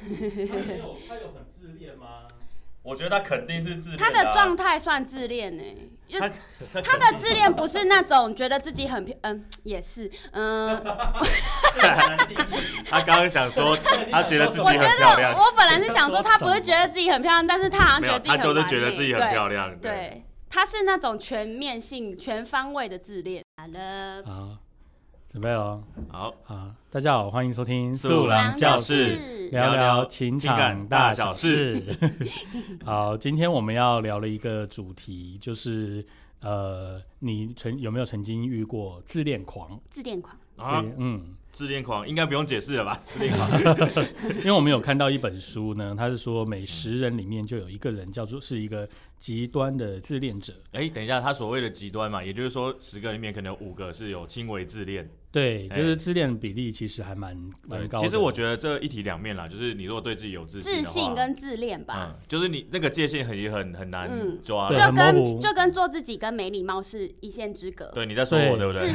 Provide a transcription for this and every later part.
他没有，他有很自恋吗？我觉得他肯定是自恋、啊。他的状态算自恋呢、就他他的自恋不是那种觉得自己很平，嗯，也是，嗯，这个很难定义。他刚刚想说，他觉得自己我很觉得漂亮，我本来是想说他不是觉得自己很漂亮，但 是他好像没觉有，得自己他很就是完觉得美自己很对漂亮。对，他是那种全面性、全方位的自恋。好了，好，准备哦。好，好，大家好，欢迎收听《素狼教室聊聊聊聊情情感场大大小小事。 好，今天我们要聊了一个主题，就是呃，你曾有没有曾经遇过自恋狂？自恋狂，啊自，嗯，自恋狂应该不用解释 了吧？自恋狂，因为我们有看到一本书呢，它是说每十人里面就有一个人叫做是一个极端的自恋者。哎，等一下，他所谓的极端嘛，也就是说，十个里面可能有五个是有轻微自恋。对，就哎是自恋比例其实还蛮蛮对，高的。其实我觉得这一体两面啦，就是你如果对自己有自信的自话，信跟自恋吧，嗯，就是你那个界限很也很很难嗯抓。对就很模跟糊就跟做自己跟没礼貌是一线之隔。对，你在说对我对不对？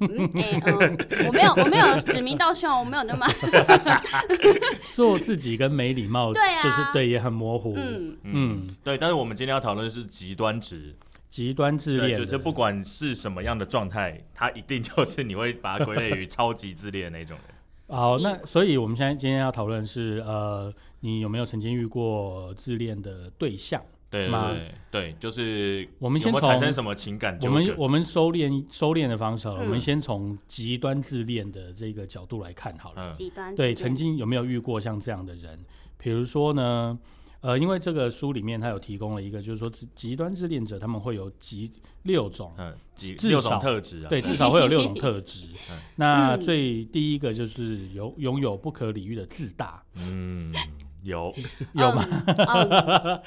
嗯，哎、嗯，我没有，我没有指名道姓哦，我没有那么，做自己跟没礼貌，对啊就是对也很模糊。嗯，嗯，对，但是我们今天要讨论的是极端值，极端自对，恋就的，是不管是什么样的状态，它一定就是 你会把它归类于超级自恋的那种人。好，那所以我们现在今天要讨论的是，呃，你有没有曾经遇过自恋的对象？对妈对对对，就是我们有先没有从产生什么情感我纠葛？们我们收敛收敛的方式好了，嗯我们先从极端自恋的这个角度来看好了。嗯极端自对，恋曾经有没有遇过像这样的人？比如说呢，呃，因为这个书里面它有提供了一个，就是说极极端自恋者他们会有极六种嗯，几至六种少特质啊，对，至少会有六种特质 嗯。那最第一个就是有拥有不可理喻的自大，嗯，有，有吗？嗯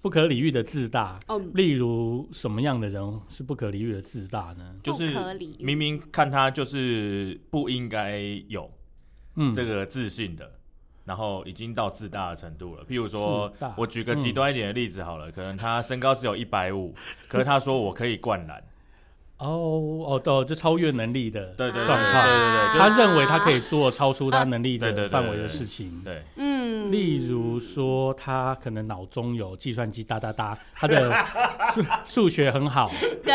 不可理喻的自大。嗯，例如什么样的人是不可理喻的自大呢？就不是可理喻明明看他就是不应该有嗯，这个自信的，然后已经到自大的程度了。譬如说自大，嗯我举个极端一点的例子好了，可能他身高只有一百五，可是他说我可以灌篮，哦哦哦，这超越能力的嗯对对对状况，对对他认为他可以做超出他能力 对对对的对范围的事情。 对，嗯，例如说，他可能脑中有计算机哒哒哒，他的数 数学很好，对，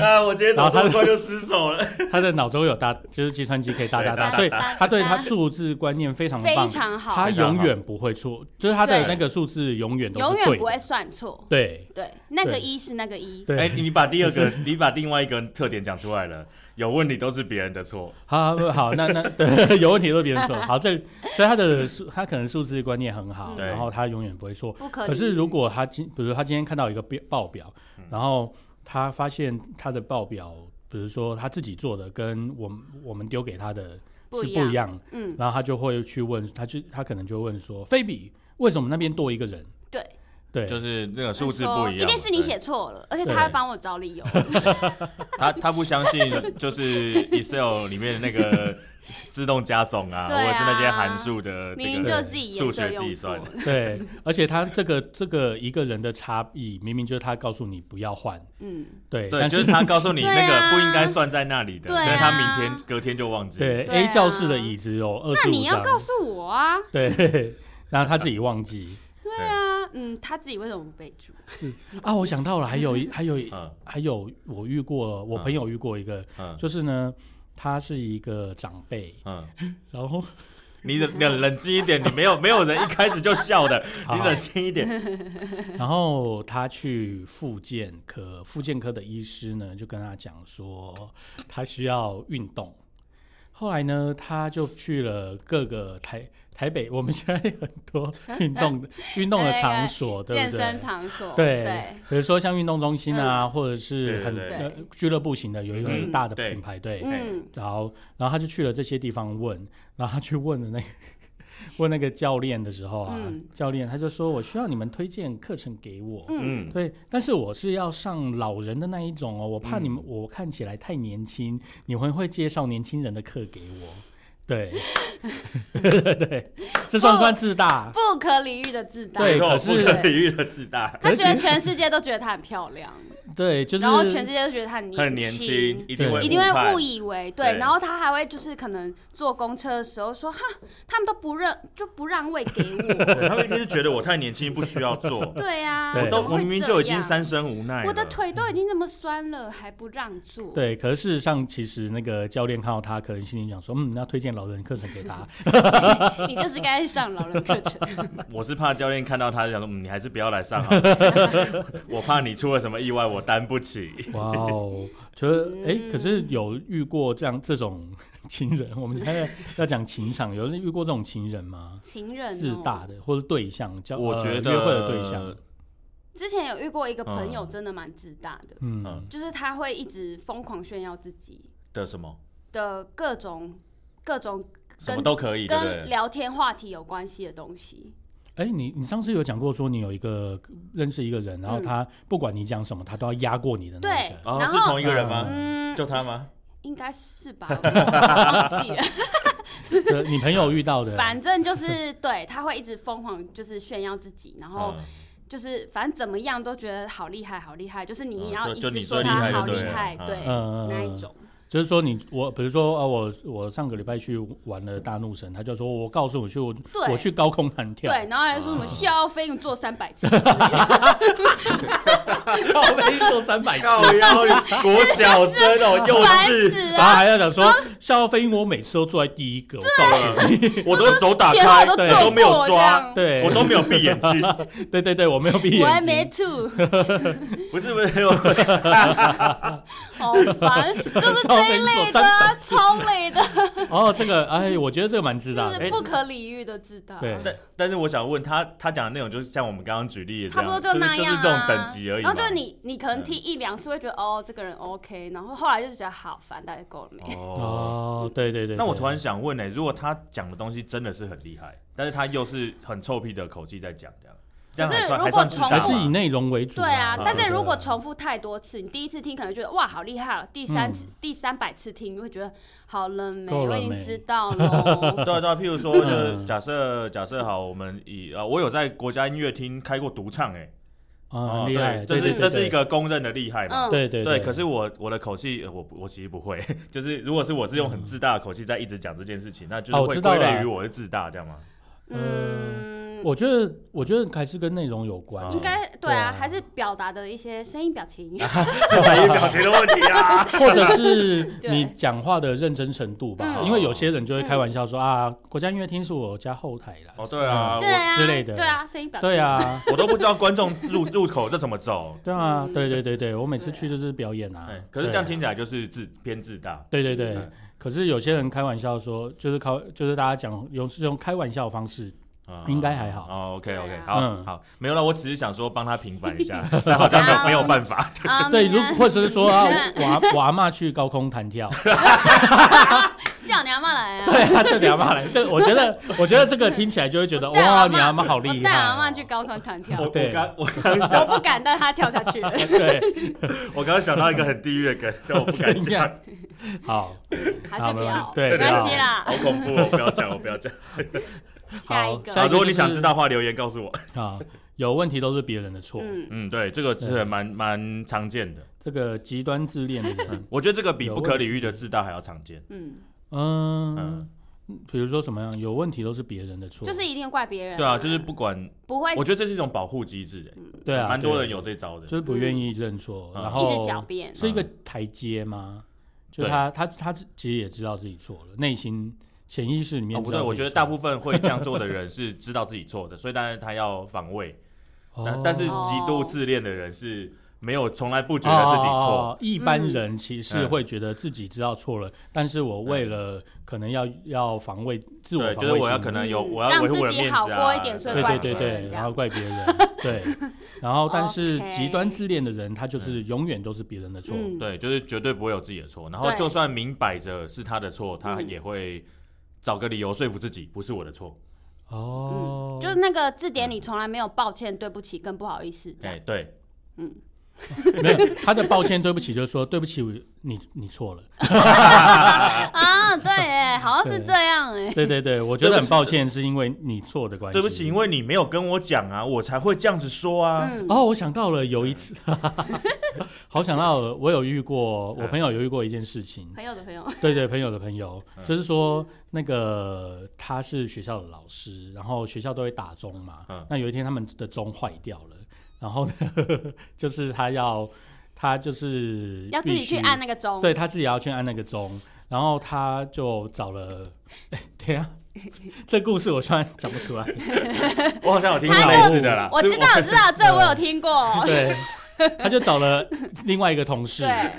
啊，我觉得怎么这么快就失手了？他的脑中有哒，就是计算机可以哒哒哒，所对以哒哒哒他对他数字观念非常非棒，常好，他永远不会错，就是他的对那个数字永远都是永对远的不会算错，对对，那个对一是那个一，对。哎，你把第二个，你把另外一个特点讲出来了，有问题都是别人的错。好好好，那 那对有问题都别 人错。好，这所以他的数，他可能数字观念很好，对然后他永远不会错。不嗯可理喻。可是如果他今，比如他今天看到一个表报表，然后他发现他的报表，比如说他自己做的跟我们我们丢给他的不是一样不一样，嗯，然后他就会去问，他就他可能就会问说，菲比，为什么那边多一个人？对，对，就是那个数字他不说一样，一定是你写错了，而且对他会帮我找理由。他他不相信，就是 Excel 里面的那 个自动加总啊，对或啊者是那些函数的明这明个就自己数颜色学用计错算了，对，而且他这个这个一个人的差异，明明就是他告诉你不要换，嗯，对，对，但就是是他告诉你对那个啊不应该算在那里的，对但啊是他明天隔天就忘记。对对 A 啊教室的椅子有二十那五你要张，告诉我啊，对， 然后他自己忘记对啊，嗯，他自己为什么不备注？啊，我想到了，还有一还有一嗯还有我遇过，我朋友遇过一个，嗯就是呢，他是一个长辈，嗯，然后你冷冷冷静一点，你没有没有人一开始就笑的，好你冷静一点。然后他去复健科，复健科的医师呢就跟他讲说，他需要运动。后来呢，他就去了各个台台北，我们现在有很多运动的 运动的场所，对哎健不身对？场所，对，对，嗯比如说像运动中心啊，或者是很对对对呃俱乐部型的，有一个很大的嗯品牌，对。嗯，然后，然后他就去了这些地方问，然后他去问的那个 问那个教练的时候啊，嗯教练他就说：“我需要你们推荐课程给我。嗯，对，但是我是要上老人的那一种哦，我怕你嗯们、我看起来太年轻，你们会介绍年轻人的课给我。对， 对对对，这算不算自大？不可理喻的自大。对没错可不是可理喻的自大。他可觉得是其全世界都觉得她很漂亮，对， 就是然后全世界都觉得他很很年年轻，一定对会一定会判误以为对对，然后他还会就是可能坐公车的时候说哈，他们都不让就不让位给 我，对他们一定是觉得我太年轻，不需要做。对啊，对我都怎么我会明明这就已经样三生无奈了。我的腿都已经这么酸了，还不让座，对，可是事实上，其实那个教练看到他，可能心里想说，嗯，那推荐老人课程给他。 你就是该上老人课程。我是怕教练看到他就想说，嗯，你还是不要来上好了， 我怕你出了什么意外，我担不起。哇哦，就是哎、可是有遇过这样这种情人，我们现在要讲情场，有人遇过这种情人吗？情人、哦、自大的或者对象，交我呃觉得约会的对象，之前有遇过一个朋友，嗯真的蛮自大的，嗯嗯，就是他会一直疯狂炫耀自己的什么的各种各种什么跟都可以，对不跟对？聊天话题有关系的东西。哎、你你上次有讲过说你有一个认识一个人，然后嗯他不管你讲什么，他都要压过你的那一对个。，哦，然是后同一个人吗？嗯，就他吗？应该是 吧，我忘记了。这你朋友遇到 的，啊反正就是对他会一直疯狂，就是炫耀自己，然后 嗯就是反正怎么样都觉得好厉害，好厉害，就是嗯你要就一就直你说最厉他害就好对厉了害，嗯对嗯嗯欸那嗯一种。就是说你我，比如说啊，我我上个礼拜去玩了大怒神，他就说我告诉我去我对我去高空弹跳， 对，然后还说什么笑飞你做三百次之类的， 跳飞做三百次，靠腰，国小生哦，幼 烦稚，死然后了。还要讲说笑飞鹰，我每次都坐在第一个，我啊告诉 你，我都手打前后开，都对做都没有过这抓样，对，我都没有闭眼 睛， 对对对，我没有闭我还眼没睛， 吐，不是不是，我好烦，就是笑这飞一鹰做类的三啊，百次，超累的， 哦，这个哎，我觉得这个蛮知道就的哎哎是，不可理喻的自大。对但但是我想问他，他讲的内容就是像我们刚刚举例的这差不样，多就那是就样是啊，这种等级而已嘛。然后就你，你可能听一两次会觉得哦，这个人 OK，然后后来就觉得好烦，大概够了没？哦，哦，对对对，那我对突然想问呢、欸如果他讲的东西真的是很厉害，但是他又是很臭屁的口气在讲，这样这样可是还算还如果算知从还道是以吗？内容为主，对啊，我但觉是得如果重复太多次，你第一次听可能觉得哇好厉害哦，第三次、第三百次听你会觉得好了没，够了我没已经知道 了。对啊对啊，譬如说，就是嗯假设假设好，我们以啊，我有在国家音乐厅开过独唱、欸，啊哦很厉害，对对这对是这对是一个公认的厉害嘛。嗯对对对，可是我我的口气，呃我不我其实不会， 就是如果是我是用很自大的口气在一直讲这件事情，那就哦是我会知道归类了于我是自大，这样吗？嗯，我觉得我觉得还是跟内容有关嗯，应该对对啊啊，还是表达的一些声音表情。是声音表情的问题啊。 或者是对你讲话的认真程度哦吧，嗯因为有些人就会开玩笑说、啊，国家音乐厅是我家后台啦。哦，对啊，对啊，之类的对啊，声音表情。对，啊，我我都不知道观众入入口这怎么走。对啊，嗯对对对对，我每次去就是表演啊哎。可是这样听起来就是自偏自大。对，对对对嗯。可是有些人开玩笑说，就是开，就是大家讲用是用开玩笑的方式，啊应该还好哦，OK OK，对啊好嗯好，没有了，我只是想说帮他平反一下，但好像没有没有办法。嗯 对，如或者是说啊，嗯我阿我阿妈去高空弹 跳， 叫你阿妈来啊，对啊，这两把来，这我觉得，我觉得这个听起来就会觉得带 我哇，阿你嬷阿妈好我厉害带哦，阿妈去高空弹跳我， 我对刚我我不敢，但她跳下去了。对，我刚刚想到一个很地狱的梗，但我不敢 怎讲样，好，还是不要，对没关不系要啦好。恐怖，哦，我不要讲，我不要讲。下一个，下好，一个如果你就是想知道的话，留言告 诉我。啊，有问题都是别人的错。嗯，嗯，对，这个是对蛮蛮常见的，这个极端自恋的 人，我觉得这个比有不可问理喻的自大还要常见。嗯，嗯嗯，，比如说什么样，有问题都是别人的错，就是一定怪别人。对啊，就是不管，不会我觉得这是一种保护机制，对哎啊，蛮多人对有这招的就。是不愿意认错，嗯然一直狡后辩。是一个台阶吗？就对他他他其实也知道自己错了，内心潜意识里面哦，不知对，道自己错了，我觉得大部分会这样做的人是知道自己错的，所以当然他要防卫。但哦呃但是哦极度自恋的人是没有从来不觉得自己错。哦一般嗯人其实会觉得自己知道错了，但是我为了可能要要防卫自我嗯对，防卫心就理，是我要可能有嗯我要维护我的面子让自己好过一啊，点所以对怪对对别人对，这然样后怪别 人，对，然后但是 OK 极端自恋的人，他嗯就是永远都是别人的错，嗯对，就是绝对不会有自己的错。然后对就算明摆着是他的错，他嗯也会找个理由说服自己不是我的错。哦，就是那个字典里从来没有抱歉、对不起跟不好意思这哎，样。对，没有他的抱歉，对不起，就是说对不起，我你你错了，啊，啊， 对耶，好像是这样哎。对对对，我觉得很抱歉，是因为你错的关系。对不起，因为你没有跟我讲啊，我才会这样子说啊。嗯，哦，我想到了，有一次， 好想到了，我有遇过，我朋友有遇过一件事 情，朋友的朋友，对对，朋友的朋友，就是说那个他是学校的老师，然后学校都会打钟嘛，嗯那有一天他们的钟坏掉了，然后呢， 就是他要他就是要自己去必须按那个钟。对他自己要去按那个钟，然后他就找了， 哎、等一下， 这故事我突然讲不出来，我好像有听过他类就似的啦。我知道，我知道，这我有听 过。对，他就找了另外一个同事，对，哎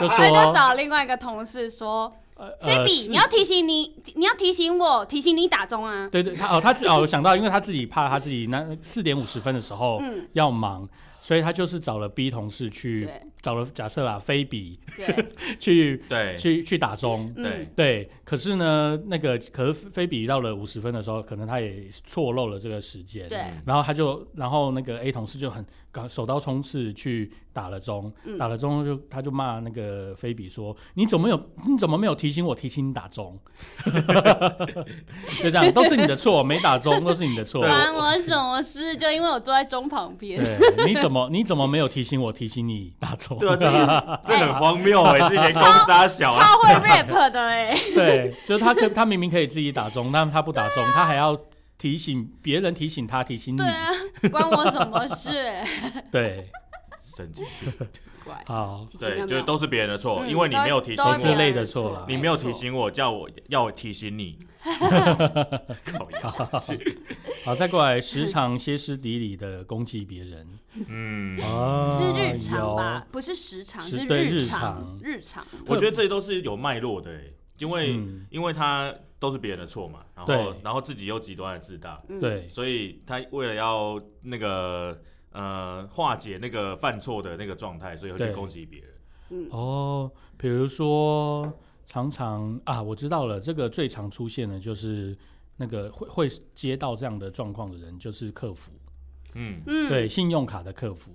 就他就说，找另外一个同事说呃呃， ：“Phoebe，是你要提醒你，你要提醒我，提醒你打钟啊。对对，他哦，他自哦，我想到，因为他自己怕他自己那四点五十分的时候嗯要忙，所以他就是找了 B 同事”去对找了假设啦，菲比对，去对去去打钟。嗯，对，可是呢，那个可是菲比到了五十分的时候，可能他也错漏了这个时间，对，嗯然后他就，然后那个 A 同事就很赶手刀冲刺去打了钟，嗯打了钟就他就骂那个菲比说：“你怎么有你怎么没有提醒我提醒你打钟？” 就这样，都是你的错，没打钟都是你的错。关我什么事？就因为我坐在钟旁边。对，你怎么你怎么没有提醒我提醒你打钟？对啊，这是这很荒谬哎，之前公杀小啊，超会 rap 的哎、 对，就是他可他明明可以自己打钟，但他不打钟，他还要提醒别人提醒他提醒你啊对。啊，关我什么事？对，神经病。怪，好，奇奇对，妙就是妙都是别人的错，嗯因为你没有提醒都都是我，类的错啦你没有提，醒我，叫我要我提 醒你。靠呀，好，再过来时常歇斯底里的攻击别人。嗯，啊是日常吧？不是时常，是是对日常常，日常。我觉得这都是有脉络的欸，有？因为嗯，因为他都是别人的错嘛，然后对然后自己又极端的自大，嗯，对，所以他为了要那个呃化解那个犯错的那个状态，所以会去对攻击别人。嗯，哦，比如说常常啊，我知道了，这个最常出现的就是那个会会接到这样的状况的人，就是客服，嗯，嗯，啊对，信用卡的客 服，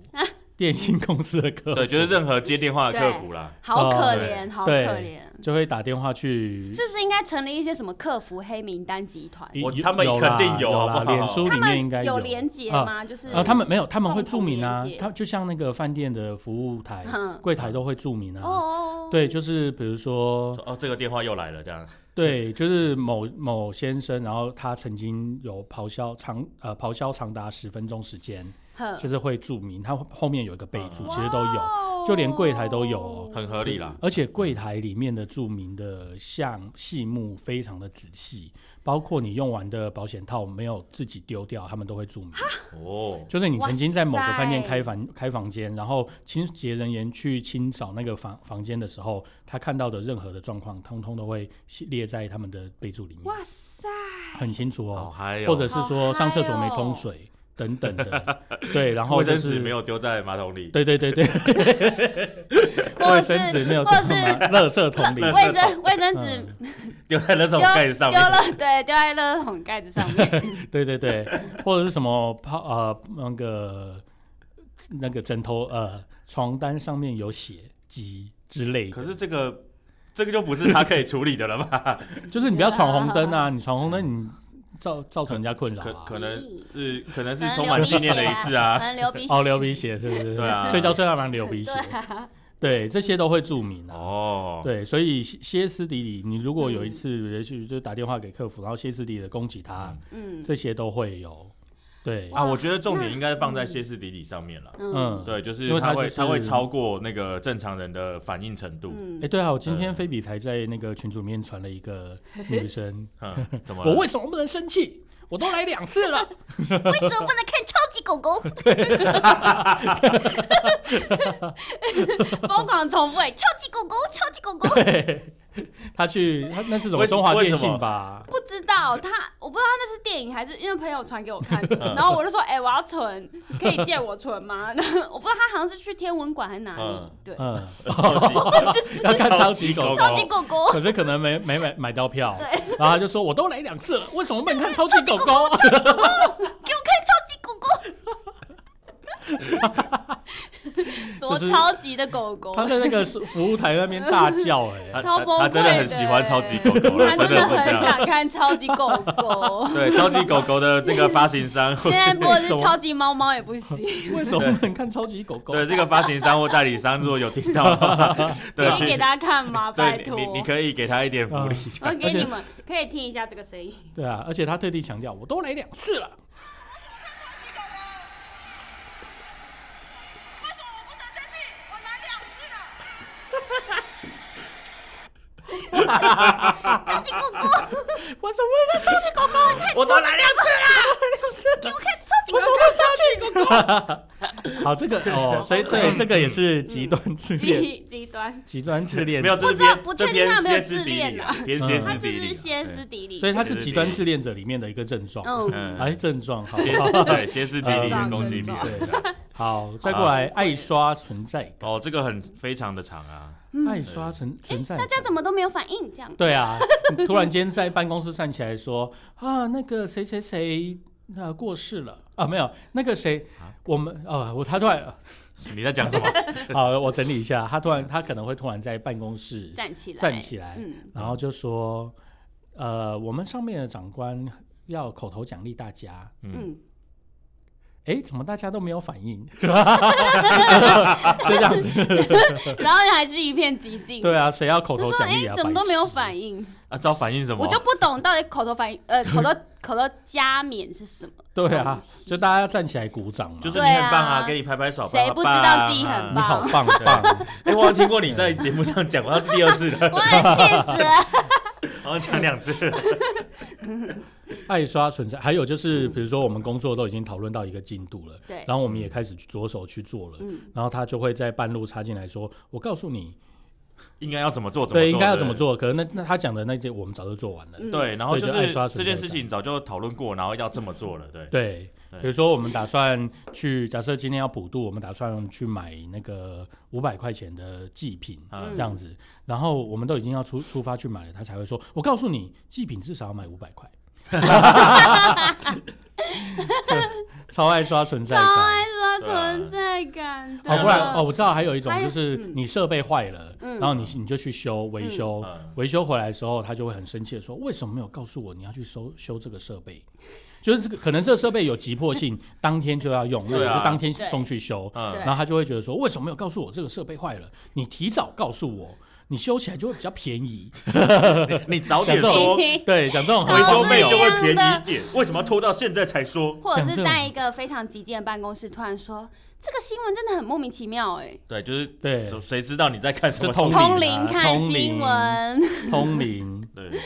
电信公司的客服，对，就是任何接电话的客服啦，好可哦怜，好可对怜。就会打电话去，是不是应该成立一些什么客服黑名单集团？一我有他们有啦肯定有有好啦不好脸书他里面应们该有连结啊吗？就是啊，他们没有，他们会共同注明啊连接，他就像那个饭店的服务台嗯柜台都会注明哦啊，哦，哦对，，就是比如说说哦，这个电话又来了，这样。对，就是某某先生，然后他曾经有咆哮长呃咆哮长达十分钟时间，哼就是会注明，他后面有一个备注，嗯其实都有，嗯哇就连柜台都有哦很合 理啦。而且柜台里面的注明的项细目非常的仔细，包括你用完的保险套没有自己丢掉，他们都会注明。哦，就是你曾经在某个饭店啊哇塞开房开房间，然后清洁人员去清扫那个房房间的时候，他看到的任何的状况，通通都会列在他们的备注里面。哇 塞，很清楚好哦，嗨哦，或者是说好嗨上厕所没哦冲水、等等 的，对，然后卫就生是纸没，有丢在马桶里，对对对对，或卫是生纸没有或丢是在垃圾桶里，卫生卫生纸嗯丢在垃圾丢桶盖子上丢面。了，对，丢在垃圾桶盖子上面。对对对，或者是什么泡呃那个那个枕头呃床单上面有血迹之类的，可是这个这个就不是他可以处理的了吧？就是你不要闯红灯啊，你闯红灯你造造成人家困扰可啊。可能是可能是可能充满流鼻纪念的血一啊次可 啊。能流鼻血哦，流鼻血是不是？对啊睡觉睡到哪里流鼻血对？啊，对，这些都会注明啊。哦，对，所以歇歇斯底里，你如果有一次，也许就打电话给客服，然后歇斯底里的攻击他，嗯这些都会有。啊对，哇啊，我觉得重点应该放在歇斯底里上面了。嗯，对，就是因为他他会就是他会超过那个正常人的反应程度。哎， 嗯，对啊，我今天嗯菲比才在那个群组里面传了一个 女生，嗯，怎么了？我为什么不能生气？我都来两次 了，为什么不能看超级狗狗？疯狂重复哎，超级狗狗，超级 狗狗。对，他去，他那是什么为什中华为电什信 么吧？不知道他，我不知道他那是电影还是因为朋友传给我 看的，嗯然后我就说，哎、我要存，可以借我存吗？然后我不知道他好像是去天文馆还是哪里，嗯对，嗯，超级 就是要看超超级级狗狗超狗，级狗狗，可是可能没没买买到票，然后他就说我都来两次了，为什么不能看超级狗狗？ 给我看超级狗狗，多就是超级的狗狗，他在那个服务台那边大叫、哎，他超他崩他真的溃很的喜欢超级狗狗他 了，真真的的是很这样。。想看超级狗狗 对，超级狗狗的那个发行商，现在播的是手超级猫猫也不行， 为什么不能看超级狗狗？ 对这个发行商或代理商，如果有听到的话，可 对，以给去大家看吗？拜对托，嗯你你你可以给他一点福利。 我而给且你们可以听一下这个声音。对啊，而且他特地强调，我都来两次了。为什么我不能生气？我拿两次了。我怎么会超级狗狗？我都来两次了，我怎么会超级狗狗？好，这个哦，所以对这个也是极端自恋， 极极端， 极端自恋没有，者这是不知边这道不确定边他有没有歇斯自底恋里啊嗯啊，边歇斯他就底里啊，是歇斯底里。对，他是极端自恋者里面的一个症状。嗯，嗯，哎，症状 好，歇斯对歇斯底症里跟状攻击别症人状。好，再过来爱刷存在感，哦，这个很非常的长啊，爱刷存存在大感。家怎么都没有反应，这样对啊， 突然间在办公室站起来说啊，那个谁谁谁呃过世了啊，没有那个谁，啊我们呃，我他突然你在讲什么？好，我整理一下，他突然他可能会突然在办公室站起来，站起来，嗯，然后就说呃，我们上面的长官要口头奖励大家。嗯，嗯，哎，怎么大家都没有反 应？就这样子，然后还是一片寂静。嗯对啊，谁要口就头说奖哎励啊？，怎么都没有反应？应，啊，知道反应什么？我就不懂到底口头反应，呃，口头口头加冕是什么？对啊东，西就大家站起来鼓掌嘛，就是对你很棒啊啊，给你拍拍手。谁棒啊不知棒啊道自己很你 好棒棒棒。哎，我好像听过你在节目上讲过，他是第二次了， 我很气死了。好像讲两次了。爱刷存在，还有就是，嗯比如说我们工作都已经讨论到一个进度了，对，然后我们也开始着手去做了，嗯，然后他就会在半路插进来说：“我告诉你，应该要怎么做？怎么对，做？应该要怎么？做。”可能那那他讲的那些我们早就做完了，嗯对，然后就对就爱是刷存在这件感事情早就讨论过，然后要这么做了，对。对。对比如说，我们打算去，假设今天要普渡，我们打算去买那个五百块钱的祭品，嗯这样子。然后我们都已经要出出发去买了，他才会说：“我告诉你，祭品至少要买五百 块。”超爱刷存在超感，爱刷存在感的。哦，不然哦，我知道还有一种还有就是啊嗯你设备坏了，嗯然后你你就去修维修，嗯维修回来的时候，他就会很生气的说，为什么没有告诉我你要去修修这个设备？就是这个可能这个设备有急迫 性，当天就要用，那我对啊就当天对送去修，对嗯，然后他就会觉得说，为什么没有告诉我这个设备坏了？你提早告诉我，你修起来就会比较便 宜。你早讲点这种说，哎对，讲这种超回收费费就会这便样宜一点，为什么要拖到现在才说？或者讲这是种在一个非常极简的办公室，突然说这个新闻真的很莫名其妙哎、对，就是对谁谁知道你在看什么就通东灵啊西？通灵看新闻， 通灵，对，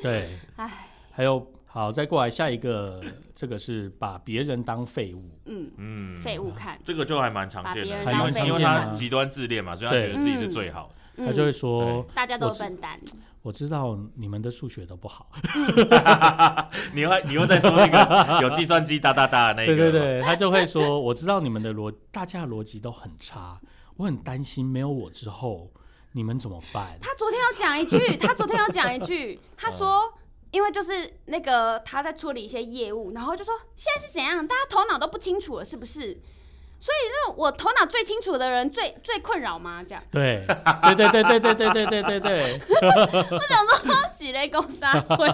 对，唉，还有好再过来下一个，这个是把别人当废物。嗯，嗯，废物看，这个就还蛮常见的，把别当人废物因为他极端自恋嘛，所以他觉得自己是最好的。嗯他就会说：“大家都是笨蛋，我知道你们的数学都不 好。你又你又在说那个有计算机哒哒哒的那个，对对，对，他就会说，我知道你们的逻，大家的逻辑都很差，我很担心没有我之后你们怎么 办？他昨天有讲一 句，他昨天有讲一哦句，他说。因为就是那个他在处理一些业务，然后就说现在是怎样，大家头脑都不清楚了，是不是？所以那我头脑最清楚的人最最困扰吗？这样，对对对对对对对对对对对 喜雷公 杀会，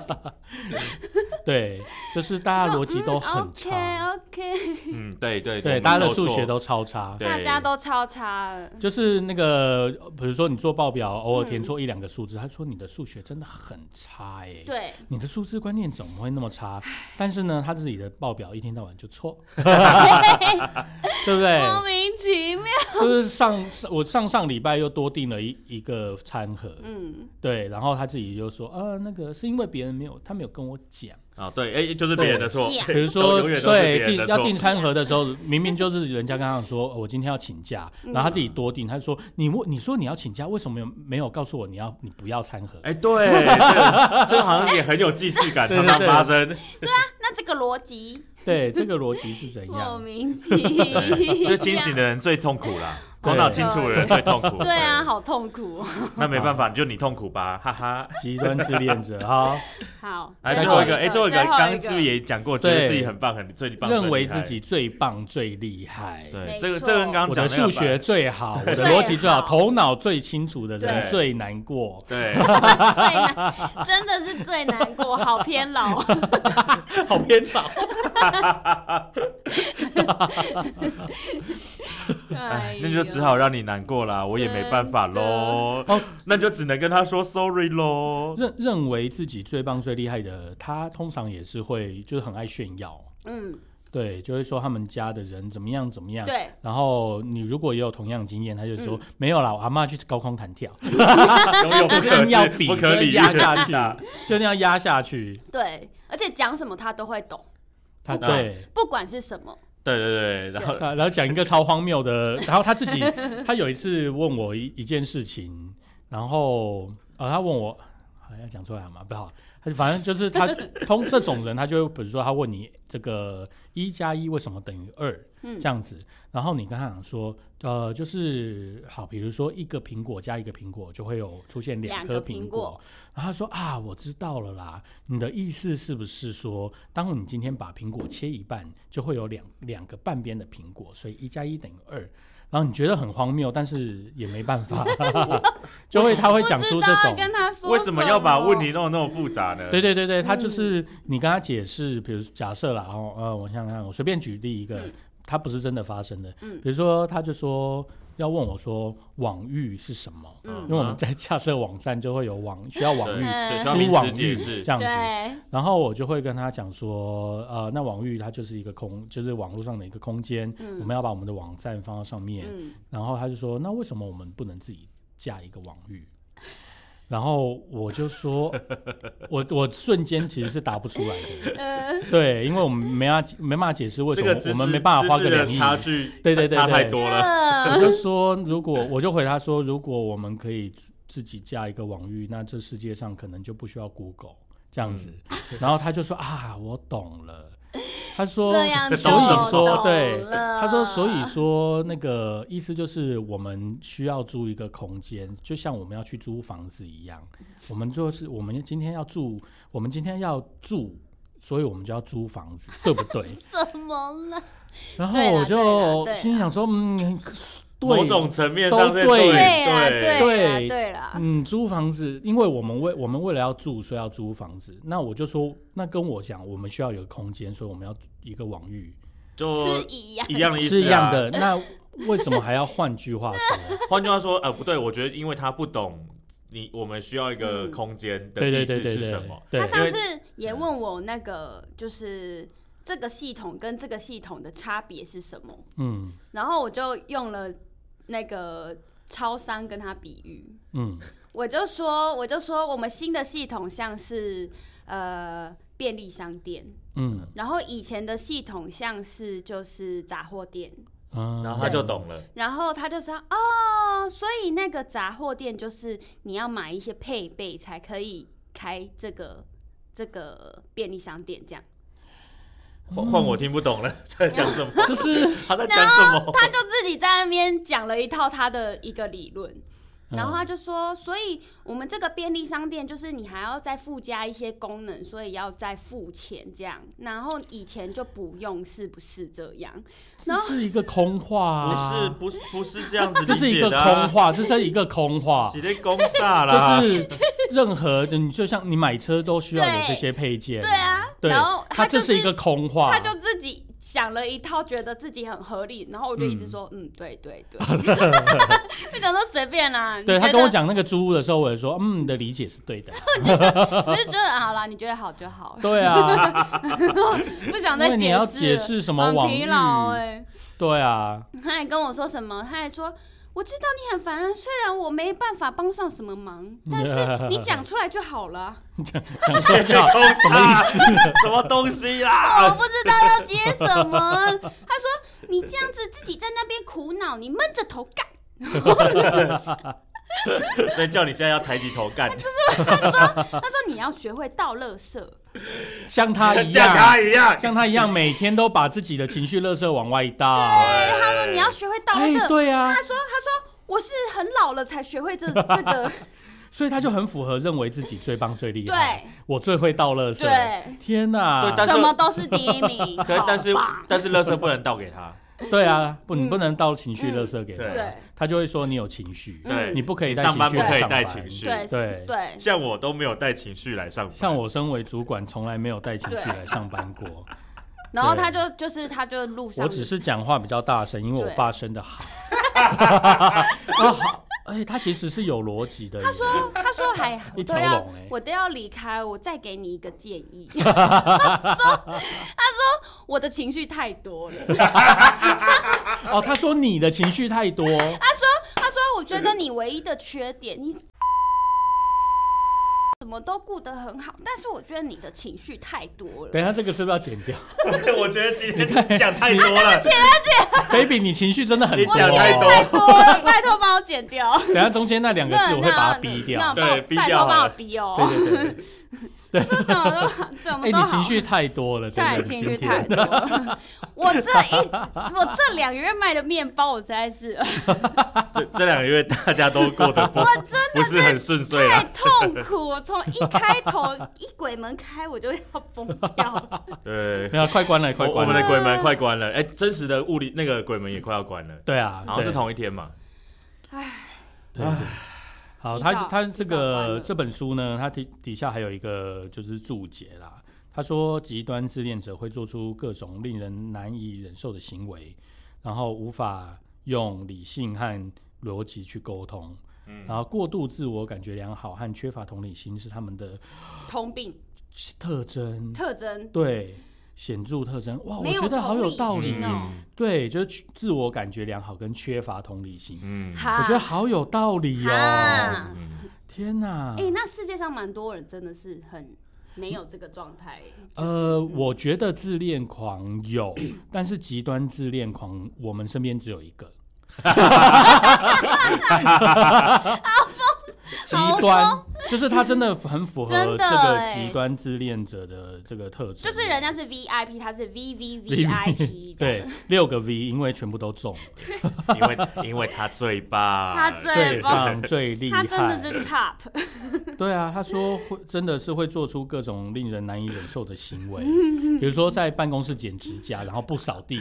对，就是大家逻辑都很 差，嗯哦 OK OK，嗯，对对对，大家的数学都超差。对大家都超差了。就是那个，比如说你做报表，偶尔填错一两个数字，他说你的数学真的很差哎、对，你的数字观念怎么会那么差？但是呢，他自己的报表一天到晚就错，对不对？莫名其妙。就是上上我上上礼拜又多订了一一个餐盒，嗯，对，然后他自己就说，呃，那个是因为别人没有，他没有跟我讲，啊，对，哎，就是别人的错，对比如说永远都是对别人订的要错订餐盒的时候，明明就是人家刚刚说、哦我今天要请假，然后他自己多订，他就说你问你说你要请假，为什么没有没有告诉我你要你哎不要餐盒？哎，对，这个这个好像也很有既视感， 对常对常对发生。那看这个逻辑，对，这个逻辑是怎 莫样？名其妙。就是清醒的人最痛苦啦，对头脑清楚的人最痛苦。对啊，，好痛苦哦。那没办法，就你痛苦吧，哈哈。极端自恋者哈，好，来最最后后一一个，哎，最后一个，刚是不是也讲过，觉对得自己很棒，很最棒，最认为厉害自己最棒、最厉害，对没这个错这个跟刚刚我讲的那个数学版最好，我的最逻辑最好，好头脑最清楚的人对最难过，对，最难， 真的是最难过，好 偏老。 好偏差。哎呦那就只好让你难过啦，我也没办法喽真的，哦那就只能跟他说 sorry 喽。认认为自己最棒、最厉害的，他通常也是会就是很爱炫耀，嗯，对，就会说他们家的人怎么样怎么样。对，然后你如果也有同样经验，他就说、嗯没有啦，我阿妈去高空弹 跳，就拥有不可是硬要知比，不可就是理喻压的下去巨大，就那样压下去。对，而且讲什么他都会懂，他不管对，不管是什么。 对对对，然后他然后讲一个超荒谬的，然后他 自己，他有一次问我一一件事情，然后呃，他问我，好要讲出来好吗？不好，他就反正就是 他通这种人，他就会比如说他问你这个一加一为什么等于二嗯这，样子，然后你跟他讲说，呃，就是好，比如说一个苹果加一个苹果就会有出现两两颗个苹苹果果，然后他说啊，我知道了啦，你的意思是不是说，当你今天把苹果切一半，就会有两两个半边的苹果，所以一加一等于二。然后你觉得很荒谬，但是也没办法，就会他会讲出不这知道种，跟他说为什么要把问题弄得那么复杂呢？对对对对，他就是你跟他解释，比如假设啦，哦呃，我想想看，我随便举例一个嗯，他不是真的发生的，嗯比如说他就说要问我说网域是什么，嗯因为我们在架设网站就会有网需要网域对。嗯水上租名网词域解释这，样子，对，然后我就会跟他讲说，呃，那网域它就是一个空，就是网络上的一个空间，嗯我们要把我们的网站放到上面，嗯，然后他就说：“那为什么我们不能自己架一个网域？”然后我就 说：“我我瞬间其实是答不出来的，呃， 对，因为我们没法没办法解释为什这么个知识我们没办法花知个识的两亿。”差距，对对对差对太多了。我呃就说：“如果我就回他说，如果我们可以自己架一个网域，那这世界上可能就不需要 Google 这样子。嗯然后他就说：“啊，我懂了。”他说：“这样就啊所以说，懂对，了他说，所以说那个意思就是，我们需要租一个空间，就像我们要去租房子一样，我们就是我们今天要住，我们今天要住，所以我们就要租房子，对不对？ 怎么了？然后对啦我对啦就对啦心里想说，嗯，某对，种层面上是都对对，啦，对啦，啊对对啦，嗯，租房子，因为我们为我们为了要住，所以要租房子。那我就说，那跟我讲，我们需要有个空间，所以我们要一个网域，是就一样，一样的意思，是啊一样。的。那为什么还要换句话 说？换句话说，呃，不对，我觉得因为他不懂你，我们需要一个嗯空间的对对意对思对是对什么？，对他因上为次也问我那个，就是这个系统跟这个系统的差别是什么，嗯然后我就用了那个超商跟他比喻，嗯，我就说，我就说我们新的系统像是呃便利商店，嗯然后以前的系统像是就是杂货店，嗯，然后他就懂了。然后他就说哦，所以那个杂货店就是你要买一些配备才可以开这个这个便利商店这样。换换我听不懂了，在讲什么？就是 他在讲什么？他就自己在那边讲了一套他的一个理论，嗯然后他就说，所以我们这个便利商店就是你还要再附加一些功能，所以要再付钱这样，然后以前就不用，是不是这样？这是一个空话、不是，啊，不是，不是这样子这是理一解个的啊空话，这是一个空话 是，啊在攻煞啦， 就是任何的，你就像你买车都需要有这些配件，对啊，对，然后它他这就是一个空话，他就自己想了一套，觉得自己很合理，然后我就一直说，嗯，对对 对，我想说随便啦、你对他觉跟我得，讲那个租屋的时候，我也说，嗯，你的理解是对 的，我就觉得好啦，你觉得好 就好，对啊，不想因为再解你释。要解释什么网很域疲，劳哎、对啊，他还跟我说什么？他还说。我知道你很烦啊，虽然我没办法帮上什么忙，但是你讲出来就好了啊。讲说在讲什么意思？ 什么东西我啦？不知道要接什么。 他说你这样子自己在那边苦恼，你闷着头干。所以叫你现在要抬起头干，他说你要学会倒垃圾，像他一像他样，一样，像他一样，每天都把自己的情绪垃圾往外倒。对，哎他说你要学会倒垃哎，圾。对啊他，说他说我是很老了才学会这这个，所以他就很符合认为自己最棒、最 厉害，对我最会倒垃圾。对，天哪对，但是什么都是第 一名。可好但是棒但是垃圾不能倒给他，对啊，不，你嗯不能倒情绪垃圾给对他，对他就会说你有情绪，对嗯你不可以带上班情不绪可以来带上班情绪，对对对，像我都没有带情绪来上班，像我身为主管，从来没有带情绪对来上班过。然后他就就是他就路上，我只是讲话比较大声，因为我对爸生的 好。啊，好，哎，他其实是有逻辑的耶。他说他说还 一我条都龙要欸我都要离开，我再给你一个建 议。他说他说我的情绪太 多了，哦，他说你的情绪太多，他说他说我觉得你唯一的缺点你。什么都顾得很好，但是我觉得你的情绪太多了。等一下这个是不是要剪 掉 我觉得今天讲太多了， ？baby，你情绪真的很你多。讲太多太多了，拜托帮我剪掉。等一下中间那两个字我会把它逼掉那。那那对逼拜掉托好了帮我逼对哦。对对对， 这什么都什哎，么都你好情。绪太多了，真太的。情今绪天太多 了，我这一我这两个月卖的面包，我实 在是这这两个月大家都过 得不不是很顺遂太啦，痛苦。我从一开头一鬼门开，我就要疯掉了。对没。有，快关了，快我我关们的了。鬼门快关了，哎、真实的物理那个鬼门也快要关了，对啊，好像是对同一天嘛。对对好，提他早他提这早关个了这本书呢，他底底下还有一个就是注解啦。他说，极端自恋者会做出各种令人难以忍受的行为，然后无法用理性和逻辑去沟通，嗯然后过度自我感觉良好和缺乏同理心是他们的通病特征，特征对显著特征。哇，我没有觉得好有道同理理心，哦对，就是缺自我感觉良好跟缺乏同理心，嗯哈， 我觉得好有道理哦啊哈。嗯天哪！哎，那世界上蛮多人真的是很没有这个状态。呃，我觉得自恋狂 有，但是极端自恋狂，我们身边只有一个。极端就是他真的很符合这真的个欸极端自恋者的这个特质，就是人家是 VIP，他是 VVVIP，这对样六个 V，因为全部都中，因为因为他最棒，他最最棒棒最厉他真的害。是 top。 对啊，他说会真的是会做出各种令人难以忍受的行 为，比如说在办公室剪指甲，然后不扫地，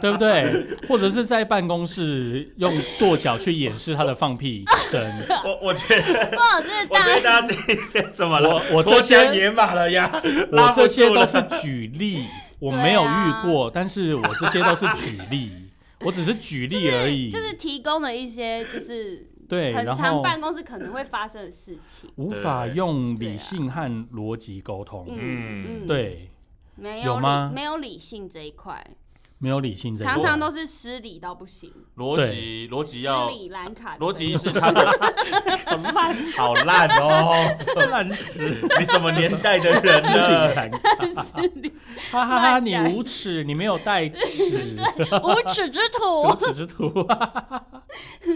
对不对？或者是在办公室用跺脚去掩饰他的放屁 声。我我觉得哇，这是我觉大得大家今天怎么了？我我这脱些缰野马了呀，我拉不这些住都了 是举例，我没有遇啊过，但是我这些都是举例，我只是举例而已。就是提供了一些就是对，很然常后办公室可能会发生的事情。无法用理性和逻辑沟通，嗯嗯嗯，，对，没有有吗理没有理性这一块，没有理性这一常块常都是失礼到不行，逻辑逻辑失要礼兰卡之类的逻 辑是他的，好烂哦，烂死。你什么年代的人呢？哈哈哈！乱你讲无耻，你没有带 尺，无耻之无徒。耻之徒。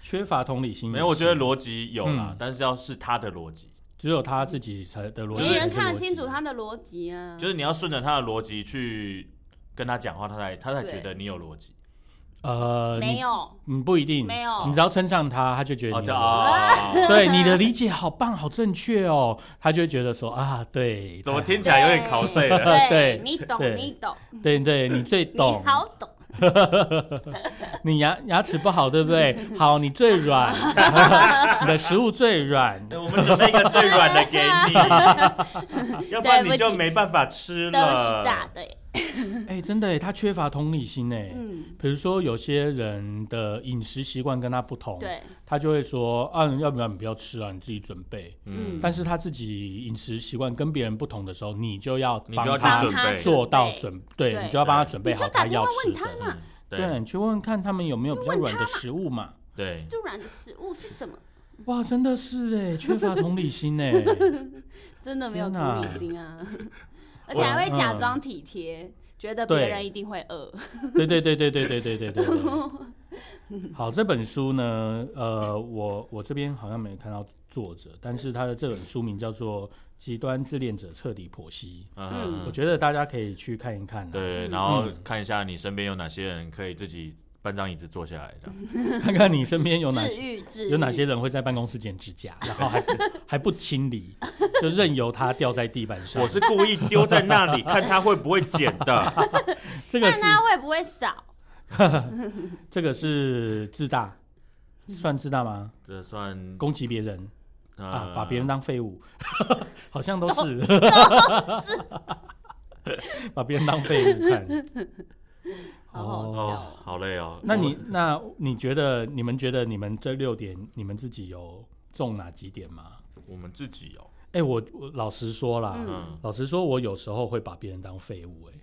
缺乏同理心也是，没有，我觉得逻辑有啦嗯，但是要是他的逻辑，只有他自己才的逻辑才是逻辑，没人看得清楚他的逻辑啊，就是你要顺着他的逻辑去跟他讲话，他才他才对觉得你有逻辑。呃，没有，你，你不一定没有你只要称赞他，他就觉得哦，你这有哦逻辑。 哦，对你的理解好棒，好正确哦，他就会觉得说啊，对，怎么太听起来有点考碎了？对对你对懂，你懂，好？对对，你 最你懂，好懂，你牙牙齿不好，对不 对？好，你最软，你的食物最软，哎我们准备一个最软的给你， 要不然你就没办法吃都是炸了。的耶。哎、真的耶，他缺乏同理心哎。嗯，比如说，有些人的饮食习惯跟他不同，对，他就会说：“啊，要不然你不要吃啊，你自己准备。嗯但是他自己饮食习惯跟别人不同的时候，你就要你帮就要去他准帮备他做到准，对对你就要帮他对准备你好就打电要话吃问他的。嘛，对，嗯对你去问问看他们有没有比较软的食物嘛。对，就软的食物是什么？哇，真的是哎，缺乏同理心 哎，真的没有天同哪理心啊， 我而且还会假嗯装体贴，觉得别对人一定会饿。对对对对对对对对对对。 好，这本书呢，呃，我我这边好像没有看到作者，但是他的这本书名叫做《极端自恋者彻底剖析》，嗯我觉得大家可以去看一看、啊，对，然后看一下你身边有哪些人可以自己搬张椅子坐下来的。看看你身边有哪 治些愈治愈有哪些人会在办公室剪指甲，然后还不还不清理，就任由它掉在地板上。我是故意丢在那里，看他会不会捡 的。这个看是他会不会少。这个是自大，算自大吗？这算呃攻击别人啊，把别人当当废物， 好像都是， 把别人当废物看。 好好笑哦，好累哦。那你那你觉得你们觉得你们这六点，你们自己有中哪几点吗？我我们自己哦，哎、我我老实说啦，嗯嗯，老实说，我有时候会把别人当废物、哎，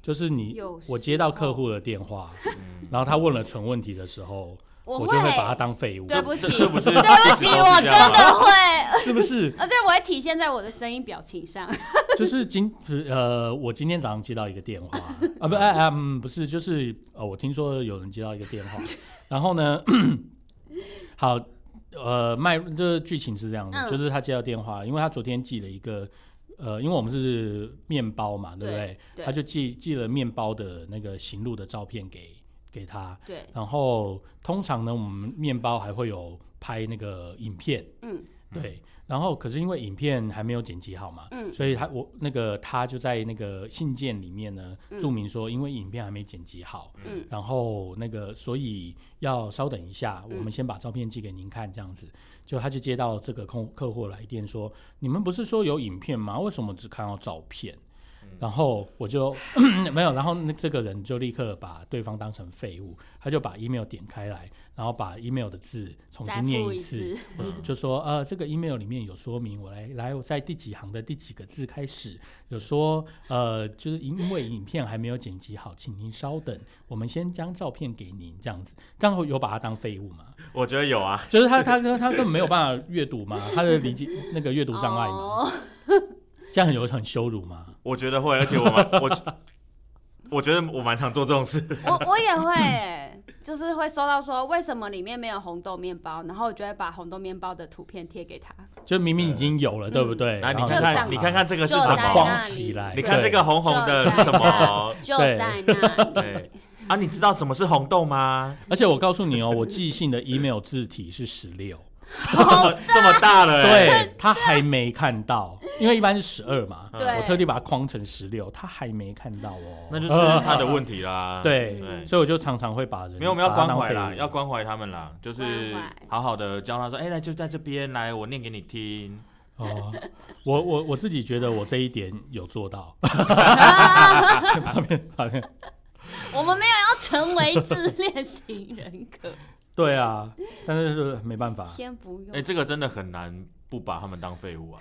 就是你有时候我接到客户的电话，嗯然后他问了蠢问题的时候，我会就会把他当废物，对不起，这这不是对不起，这不是我真的会，是不是？ 而且我会体现在我的声音表情上。 就是今呃，我今天早上接到一个电话啊，不，哎、啊嗯，不是，就是呃，我听说有人接到一个电 话，然后呢， 好，呃，卖这剧情是这样的，嗯就是他接到电话，因为他昨天寄了一个。呃，因为我们是面包嘛，对不对？对他就寄寄了面包的那个行路的照片给给他，对，然后通常呢，我们面包还会有拍那个影片，嗯对，然后可是因为影片还没有剪辑好嘛，嗯所以他我那个他就在那个信件里面呢嗯注明说，因为影片还没剪辑好，嗯然后那个所以要稍等一下，嗯我们先把照片寄给您看，这样子。就他就接到这个客客户来电说，你们不是说有影片吗？为什么只看到照片？嗯然后我就 没有，然后那这个人就立刻把对方当成废物，他就把 email 点开来，然后把 email 的字重再新念复一一次，次，我嗯是就说呃，这个 email 里面有说明，我来来，我在第几行的第几个字开始有说，呃，就是因为影片还没有剪辑好，请您稍等，我们先将照片给您，这样子，这样会有把它当废物吗？ 我觉得有啊，就是他他他他根本没有办法阅读嘛，他的理解那个阅读障碍嘛，哦这样有很羞辱吗？我觉得会，而且我蛮我我觉得我蛮常做这种事。 我我也会欸，就是会收到说为什么里面没有红豆面包，然后我就会把红豆面包的图片贴给他，就明明已经有了，对不对？嗯来，然你后看就长看，你看看这个是就什在框么？那起里来你看这个红红的是什么？就对在 那里。对啊，你知道什么是红豆吗？而且我告诉你哦，我寄信的 email 字体是十六。这嗯么这么大了，欸，对他还没看到，因为一般是十二嘛，嗯对我特地把它框成十六，他还没看到哦。那就是他的问题啦。对对，所以我就常常会把人没有，我们要把它关当怀废啦，物要关怀他们啦，就是关怀好好的教他说，哎、来就在这边，来我念给你听。 哦。我我我自己觉得我这一点有做 到，把别人把别人我们没有要成为自恋型人格，对啊，但是就是没办法，先不用。哎、这个真的很难不把他们当废物啊。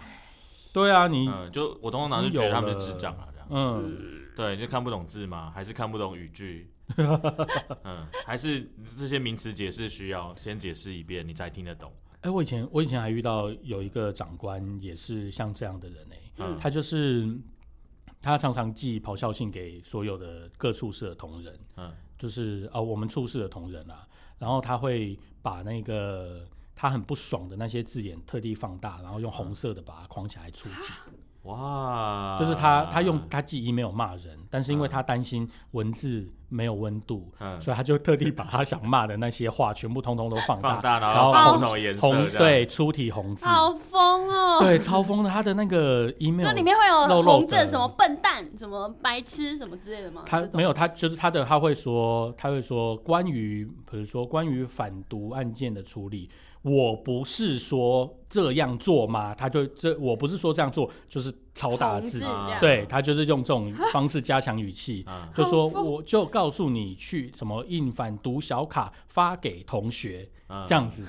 对啊，你嗯、就我通常就觉得他们是智障啊，这样。嗯，对，你就看不懂字吗？还是看不懂语 句？嗯，还是这些名词解释需要先解释一遍，你才听得懂。哎，我以前我以前还遇到有一个长官也是像这样的人哎，嗯，他就是他常常寄咆哮信给所有的各处室的同仁，嗯就是呃我们处室的同仁啊，然后他会把那个他很不爽的那些字眼特地放大，然后用红色的把它框起来出记，哇，就是他他用他寄 email 骂人，但是因为他担心文字没有温度。嗯所以他就特地把他想骂的那些话全部通通都放大，放大，然然后后放不同的颜色，红这样，对粗体红字，好疯哦！对超疯的。他的那个 email 就里面会有肉肉红字，的什么笨蛋、什么白痴、什么之类的吗？他这种没有，他就是他的，他会说，他会说关于，比如说关于反毒案件的处理，我不是说这样做吗？他就这，我不是说这样做，就是超大红字字啊这，样。对他就是用这种方式加强语气 嗯，就说好疯我就告诉你去什么印反毒小卡发给同学嗯这样子，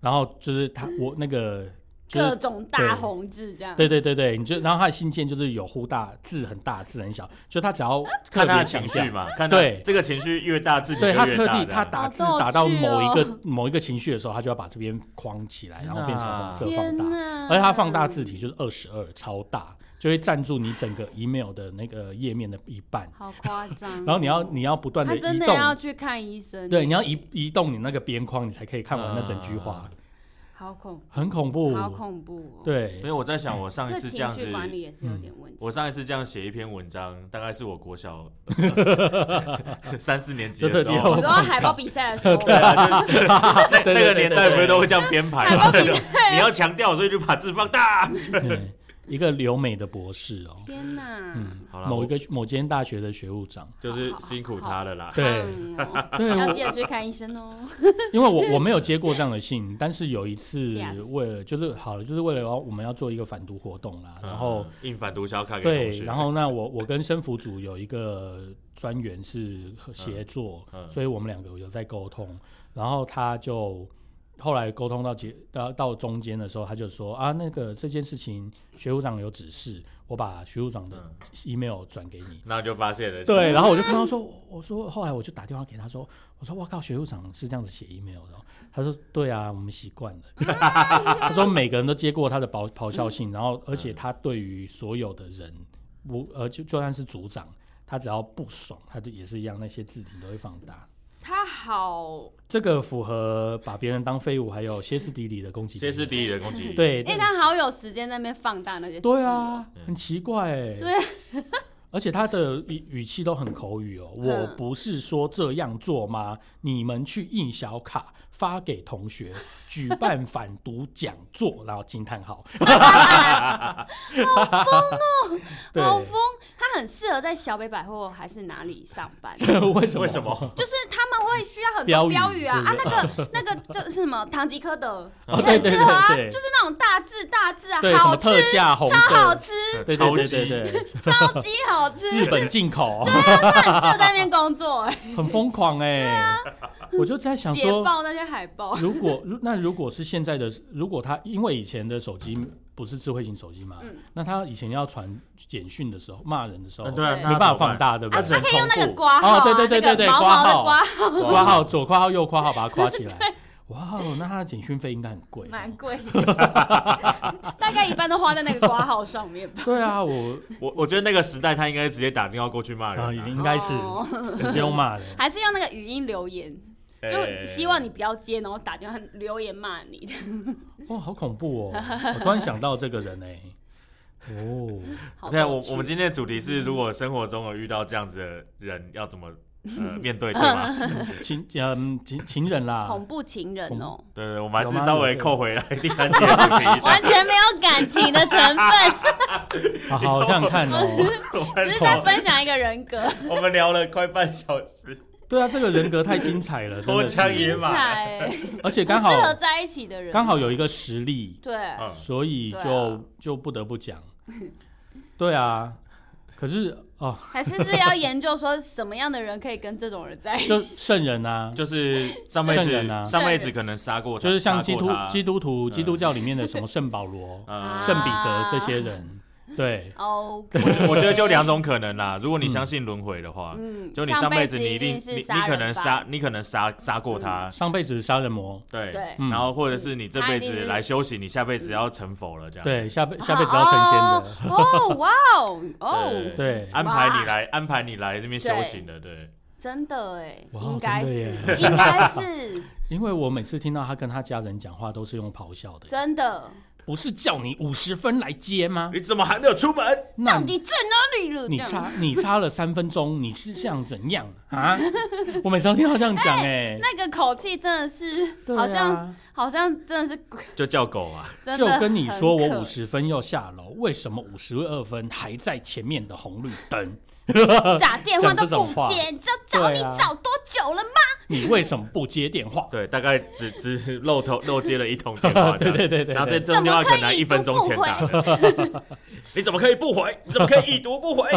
然后就是他我那个就各是。种大红字这样。对对对对，你就然后他的信件就是有忽大字很大字很小，就他只要啊看特他别的强情调绪嘛，看他对这个情绪越大，自己就对他越特大地这他样。打字好逗打到趣某一个、哦某一个情绪的时候，他就要把这边框起来，然后变成红色放天大，哪！而且他放大字体就是二十二，超大，就会占住你整个 email 的那个页面的一半，好夸张。 然后你要你要不断他的真移的动，要去看医生，对，你要移移动你那个边框，你才可以看完那整句啊话，好恐很恐怖，好恐怖、哦。，对嗯因为，我在想，我上一这次这样情子绪，管理也是有点问题。我上一次这样写一篇文章，大概是我国 小三四年级就的特时地候你要。说海报比赛的时对候，啊，就是那对对对那个年代不是都会这样编排海吗？报就比啊你要强调，所以就把字放大。对一个留美的博士哦，天哪，嗯，好啦某我一个某间大学的学务 长，就是辛苦他了啦。对烫哦 对要我记得去看医 生哦。因为我我没有接过这样的信，但是有一次吓死为了就是好了，就是为了要我们要做一个反毒活动啦，然后嗯印反毒小卡给对同，学然后那我我跟生辅组有一个专员是协作，嗯嗯所以我们两个有在沟通，然后他就后来沟通到结到到中间的时候，他就说啊，那个这件事情学务长有指示，我把学务长的嗯 email 转给你。那就发现了，对，然后我就跟他说， 我说后来我就打电话给他说，我说我靠，学务长是这样子写 email 的哦、他说对啊，我们习惯了。 他说每个人都接过他的咆咆哮信，然后而且他对于所有的人，我呃就就算是组长，他只要不爽，他就也是一样，那些字体都会放大。他好，这个符合把别人当废物，还有歇斯底里的攻击别歇人。斯底里的攻击。，对，哎，他好有时间在那边放大那些。对，啊，嗯很奇怪哎、欸。对。啊 而且他的语语气都很口语哦，嗯我不是说这样做吗？你们去印小卡发给同学，举办反毒讲座，然后惊叹 号，好 好疯，他很适合在小北百货还是哪里上 班。对， 为什么？为什么？就是他们会需要很标多语标语啊是不啊是，那个 那个就是什么唐吉诃德哦也对很对适合啊，对对就是那种大字大字啊，对，什好么吃，特价红超色，好吃，对超对级对 对对，超级好 吃，日本进口，他很适合在那边工作，哎很疯狂哎。我就在 想啊写说，爆那些海报，如果如那如果是现在的，如果他因为以前的手机不是智慧型手机嘛，嗯那他以前要传简讯的时候，骂人的时候，对啊，对没办法放大，大，对不他对？只能用那个重复。刮号啊，哦对对对对对那个毛毛的刮刮，括号左括号右括号把它括起 来。哇哦，那他的简讯费应该很贵。蛮贵的， 大概一半都花在那个刮号上面吧。对啊，我我我觉得那个时代，他应该直接打电话过去骂啊人也啊。应该是哦直接用骂的。还是用那个语音留言，就希望你不要接，然后打电话留言骂你。哇，好恐怖哦！我突然想到这个人哎、哦，好对啊，我逗趣我们今天的主题是，如果生活中有遇到这样子的人，要怎么 呃面对，对吗？情嗯情情人啦，恐怖情人哦，对对，我们还有是吗稍微扣回来第三节的主题一下完，全没有感情的成分，好好想看哦。我只们是在分享一个人格， 我们聊了快半小时，对对啊，这个人格太精彩了，真脱的缰是。野精马，彩欸，而且不刚好适合在一起的人，刚好有一个实例，对，嗯所以对啊就就不得不讲。对啊，可是哦，还是是要研究说什么样的人可以跟这种 人在一起。就圣人啊， 就是上辈圣子人啊上辈子可能杀过他，就是像杀基过督他、基督徒、基督教里面的什么圣保罗呃 圣彼得这些 人，对哦 OK，我觉 得就两种可能啦。如果你相信轮回的话，嗯就你上辈子你一定是你你杀可人能犯嗯杀你可能杀杀过他，上辈子杀人魔，对对嗯然后或者是你这辈他一定子是来修行，你下辈子要成佛了这样。对，下辈下辈子要成仙的，哦，哦哇哦，哦，对对，安排你来安排你来这边修行的，对，真的哎，哇应该是真的，耶应该是因为我每次听到他跟他家人讲话都是用咆哮的，真的。不是叫你五十分来接吗？你怎么还没有出门？到那底在哪里了？你这样差你差了三分钟，你是想怎样啊？ 我每次都听到这样讲，哎，那个口气真的是，对好像啊，好像真的是，就叫狗啊，真的就跟你说很我可五十分要下楼，为什么五十二分还在前面的红绿灯？打电话都讲这种不话接，你知道找你对啊找多久了吗？你为什么不接电话？对，大概只 只漏头漏接了一通电 话，对对对对对然后这通电话可能一分钟前打的， 你怎么可以不回？你怎么可以已读不回？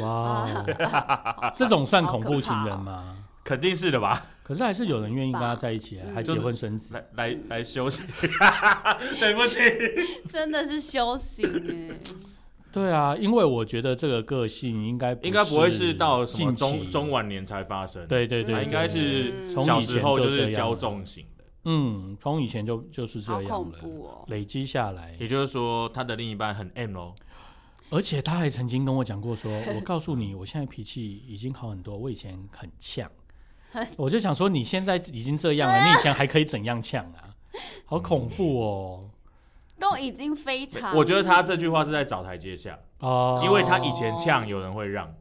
哇哦，啊 这种算恐怖情人？哦吗？肯定是的吧？可是还是有人愿意跟他在一起啊，吧还结婚生子。来来来修行， 对不起，好可怕哦 真的是修行对啊，因为我觉得这个个性应该应该不会是到什么近期中中晚年才发生，对对对，它对应该是从小嗯以时前候就就这是样骄了纵型的，嗯，从以前就 就是这好样恐了，怖哦！累积下来，也就是说，他的另一半很 M 咯。而且他还曾经跟我讲过说，我告诉你，我现在脾气已经好很多，我以前很 呛，我就想说你现在已经这样啊了，你以前还可以怎样呛啊？好恐怖哦！ 都已经非常，我觉得他这句话是在找台阶下，哦，因为他以前呛有人会让，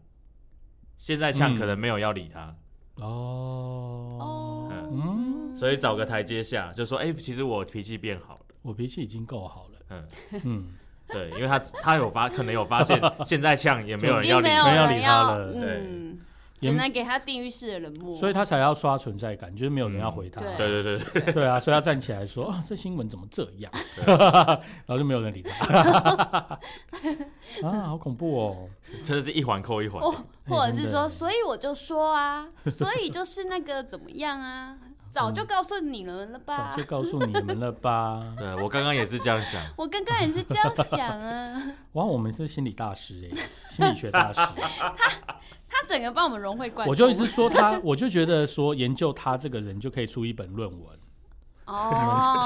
现在呛嗯可能没有要理他，哦，嗯嗯，所以找个台阶下，就说哎、其实我脾气变好了。我脾气已经够好了，嗯嗯，对，因为他他有发，可能有 发现现在呛也没有人已要经理没他有没有人理他要，了嗯，对只能给他地狱式的冷漠。所以他才要刷存在感，就是没有人要回他，嗯对对对，对对啊，所以他站起来说啊，这新闻怎么这样？对 然后就没有人理他， 啊，好恐怖哦！真的是一环扣一环。哦，或者真的是说，所以我就说 啊，所以就是那个怎么样啊，早就告诉你们了嗯吧早就？告诉你们了 吧？对我刚刚也是这样想，我刚刚也是这样想 啊。哇，我们是心理大师哎、心理学大师。他整个帮我们融会贯通，我就一直说他，我就觉得说研究他这个人就可以出一本论文。哦，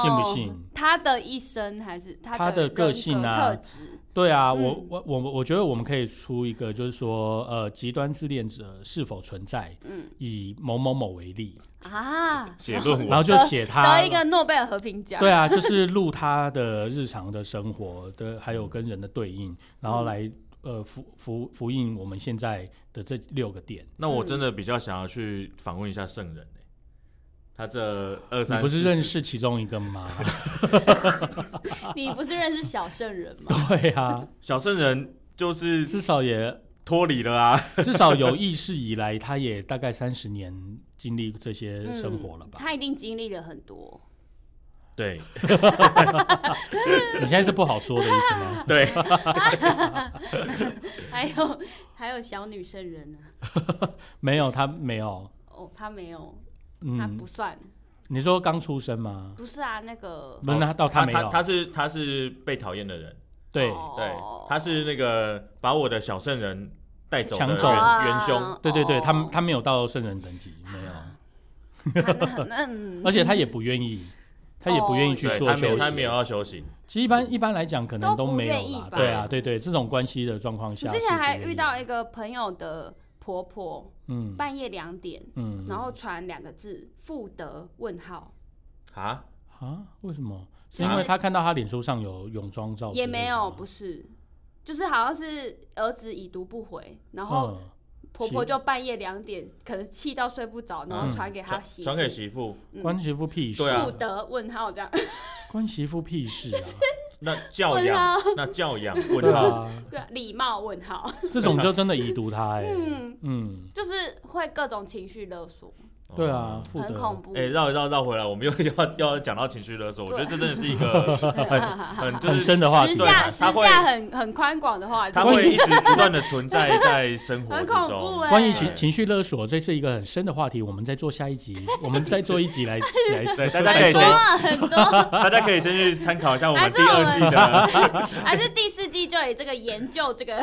信不信？他的一生还是他他的的个性啊人格特质，对啊，我嗯我我我觉得我们可以出一个，就是说呃，极端自恋者是否存在？嗯以某某某为例，啊，写论然后文，就写他得一个诺贝尔和平奖，对，啊，就是录他的日常的生活的，还有跟人的对应，然嗯后来呃复复复印我们现在的这六个点。那我真的比较想要去访问一下圣人、欸、他这二你三不是四认十识其中一个吗？ 你不是认识小圣人吗？对啊，小圣人就是至少也脱离了啊， 至少有意识以来，他也大概三十年经历这些生嗯活了吧？他一定经历了很多，对你现在是不好说的意思吗？对，嗯还有还有小女圣人呢、没有，他没有。哦，他没有，他嗯不，算，你说刚出生吗？不是啊，那个不是，那到他哦没他有。他是他是被讨厌的人，对哦对，他是那个把我的小圣人带走的抢元走元凶，啊对对对，哦他他没有到圣人等级，没有。他 那很那嗯而且他也不愿意，他也不愿意去哦对做他休没有息。他没有要休息，其实一般一般来讲，可能都不没有愿意啦吧对啊，对对，这种关系的状况下我是不愿之意，前还遇到一个朋友的婆婆，嗯半夜两点，嗯，然后传两个字“富德”问号，啊，啊，为什么？是就是因为他看到他脸书上有泳装照之类也的吗，没有，不是，就是好像是儿子已读不回，然后嗯婆婆就半夜两点，可能气到睡不着，然后嗯传给他传媳妇传给媳妇，嗯关媳妇屁事，对啊富德问号这样，关媳妇屁事 啊，那教问养号那教养对问号，啊，对，礼貌问号，这种就真的已读他哎，嗯，嗯，就是会各种情绪勒索，对啊，负很的恐怖哎、。绕一绕绕回来，我们又要 要讲到情绪勒索，我觉得这真的是一个啊很 很就很是深的话时题，对下啊时他会下很很宽广的话题它，会一直不断的存 在在生活很之恐怖中。哎。关于对情情绪勒索，这是一个很深的话题，我们再做下一 集，我们再做一集来来对，大家可再以说先，了很多。 大家可以先去参考一下我们还是第二季 的还是第四季就以这个研究这个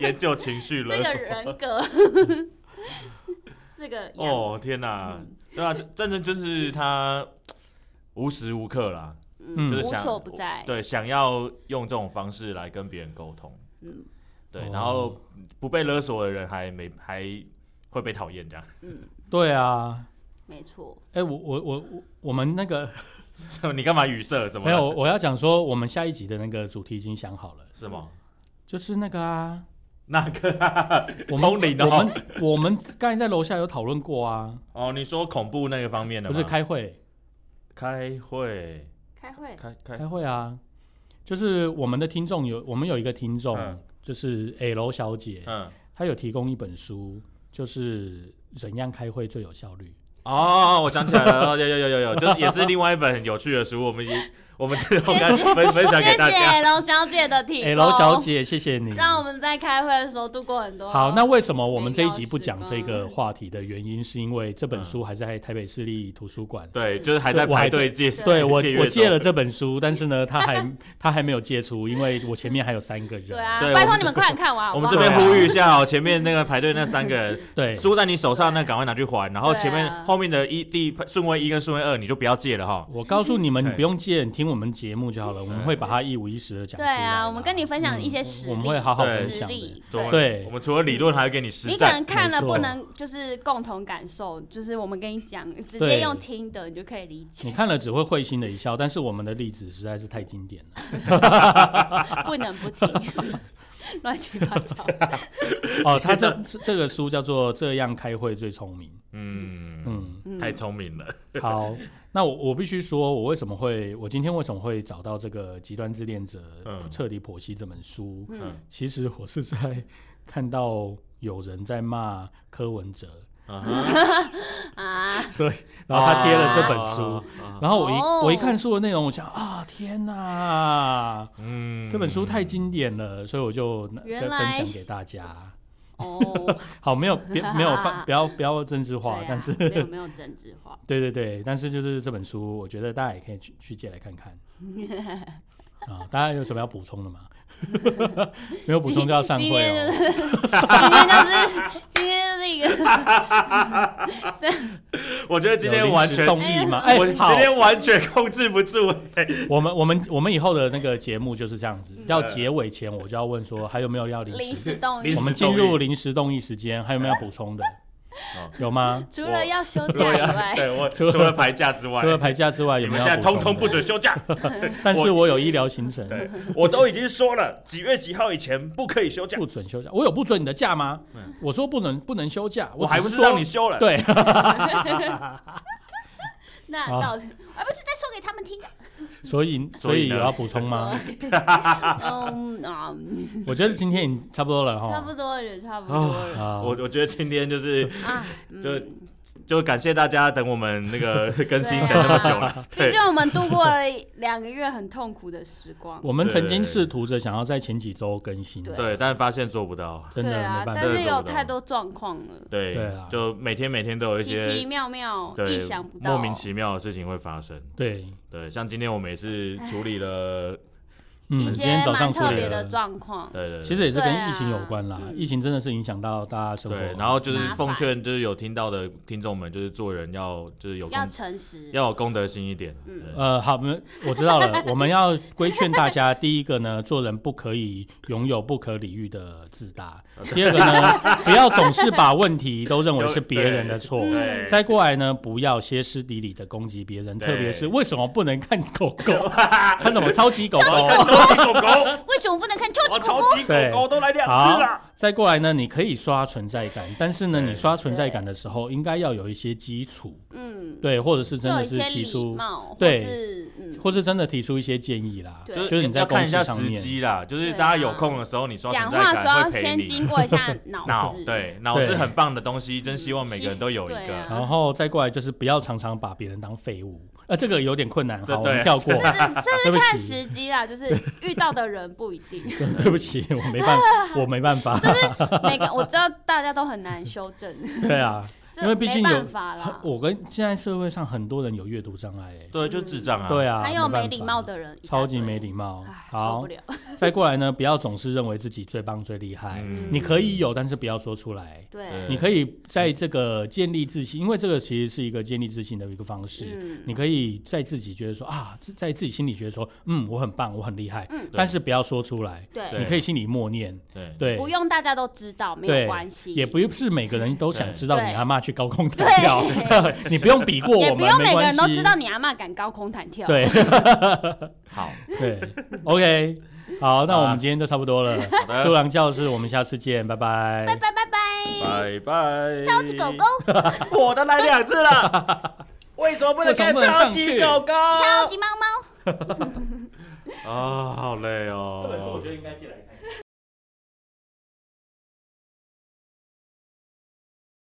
研究情绪勒这个索。人格， 这个样哦，天哪，嗯对啊，这真的就是他无时无刻啦，嗯嗯，就是无想所不在。对，想要用这种方式来跟别人沟通，嗯对哦，然后不被勒索的人还没还会被讨厌这样。 嗯，对啊，没错。哎、我我我我我们那个你干嘛语塞？怎么没了有，我要讲说我们下一集的那个主题已经想好了，是吗？就是那个啊，那个啊我们通灵的我哦们我们刚才在楼下有讨论过啊，哦，你说恐怖那个方面的不吗是开会开会开会开开开会啊，就是我们的听众有我们有一个听众、嗯就是 L 小姐，嗯她有提供一本书，就是怎样开会最有效率。哦哦，我想起来了，哦有有有有有，就是也是另外一本很有趣的书，我们也我们这个好看分分享给大谢谢家。龙小姐的提供 L 哎小，姐，谢谢你。让我们在开会的时候度过很多好，那为什么我们这一集不讲这个话题的原因，是因为这嗯本书还在台北市立图书馆。对，就是还在对我还排队啊借，对我，阅我借中了这本书，但是呢，他 还他还没有借出，因为我前面还有三个人。对啊，对拜我托们你们快点看完好我不们好这边呼吁一下哦，前面那个排队那三个人，对输在你手上那赶快拿去还，然后前面对啊后面的一第一顺位一跟顺位二你就不要借了哈。我告诉你们，对你不用借，你听我们节目就好了，我们会把它一五一十的讲出对来啦。啊，我们跟你分享一些嗯实我例，们会好好对分实享的。例，对对。对我们除了理论，还会给你实你可战能。看了没错不能就是共同感受，就是我们跟你讲，直对接用听的你就可以理你解，看了只会会心的一笑，但是我们的例子实在是太经 典了。不能不 听，乱七八糟。哦，他这这这个书叫做《这样开会最聪明》。嗯，嗯，嗯太聪明了。 好，那我我必须说，我为什么会，我今天为什么会找到这个《极端自恋者嗯彻底剖析》这本书？嗯嗯其实我是在看到有人在骂柯文哲， 啊哈啊，所以嗯然后他贴了这本啊书，啊啊然后我一、哦我一看书的内容，我想啊，天哪，嗯这本书太经典了，所以我就拿再原分来享给大家。哦， 好，没有别没有 放，不要不要政治对化啊，，但是没有没有政治化，对对对，但是就是这本书，我觉得大家也可以去去借来看看。 啊，大家有什么要补充的吗？没有补充就要散今会天哦就。是今天就是今天就是一个我觉得今天完全有临时动力嘛，哎、我好今，天完全控制不住。我们我们我们以后的那个节目就是这样子，嗯要结尾前我就要问说还有没有要临临时？时动临议时我，们进入临时动议时间，还有没有要补充的哦？有吗？除了要休假以外，对我除除了了排假之外除，了排假之外，你有没们有现要补在通充通的不准休 假。但是我有医疗行程，对，我都已经说了，几月几号以前不可以休假，不准休假。我有不准你的假吗嗯？我说不能不能休假，我只还不是是说让你休了。对，那 好到底而不是在说给他们听的？所以所所以以呢有要补充 吗？嗯啊，我觉得今天已经差不多了哈。差不多也差不多了啊，我我觉得今天就是啊，就嗯就感谢大家等我们那个更新等对啊那么 久了，毕对竟我们度过了两个月很痛苦的时光，我们曾经对试图着想要在前几周更新，对对，但发现做不到， 真对的啊没，办但法。是有太多状况了，对对啊就每天每天都有一奇奇些妙妙，对意想不到，莫名其妙的事情会发生，对，对，像今天我们也是处理了，嗯，一今些天早上蛮处特理别的了，状况，对对，对其实也是对跟啊疫情有关啦。嗯疫情真的是影响到大家生活。对，然后就是麻烦奉劝就是有听到的听众们，就是做人要就是有要公诚实，要有公德心一点，嗯对呃，好，我们我知道 了。我们要规劝大家，第一个呢，做人不可以拥有不可理喻的自 大；第二个呢，不要总是把问题都认为是别人的错。对对，再呃嗯过来呢，不要歇斯底里的攻击别人，对特别是为什么不能看狗 狗？看什么超级狗狗？看超级狗狗，为什么不能看超我级超恐怖？级狗对狗都来两好次了。，再过来呢，你可以刷存在感，但是呢，对你刷存在感的时候，应该要有一些基础，嗯，对，或者是真要有的一是些提礼出，貌，对或是嗯，或是真的提出一些建议啦。对就是就是你在要看公一司下上时面机啦，就是对大家啊有空的时候，你刷存讲在话的时候感要会陪先经你。过 一下脑脑子，对，脑是对很棒的东西，真希望每个人都有一对个。啊然后再过来就是不要常常把别人当废物，呃，这个有点困难，这好，我们对跳 过，对这不是看起，时机啦，就是遇到的人不一 定，对不起，我没办 法，我没办法，每个我知道大家都很难修正，对啊，这因为毕竟没有办法啦，我跟现在社会上很多人有阅读障碍，哎，对，就智障啊。对啊，还有办没法礼貌，的人，超级没礼貌，哎，受好不，了，再过来呢，不要总是认为自己最棒最厉害，嗯你可以有，但是不要说出来。对，你可以嗯在这个建立自信，因为这个其实是一个建立自信的一个方式。嗯你可以在自己觉得说啊，自在自己心里觉得说，嗯，我很棒，我很厉害，嗯但是不要说出来，对，你可以心里默念，对对，不用大家都知道，没对有关系，也不是每个人都想知道对你阿妈去高空弹跳， 你不用比过我也们，不用没每个关人都系知道，你啊阿嬷敢高空弹跳，对好， 对，OK，好，那好啊我们今天就差不多了，好的苏郎教室，我们下次见，拜拜，拜拜。拜拜拜拜拜。超级 狗狗，狗，我都来两次了， 为什么不能为什么看不能超上级去狗狗？超级猫猫。啊，好累哦。哦这本书我觉得应该借来看。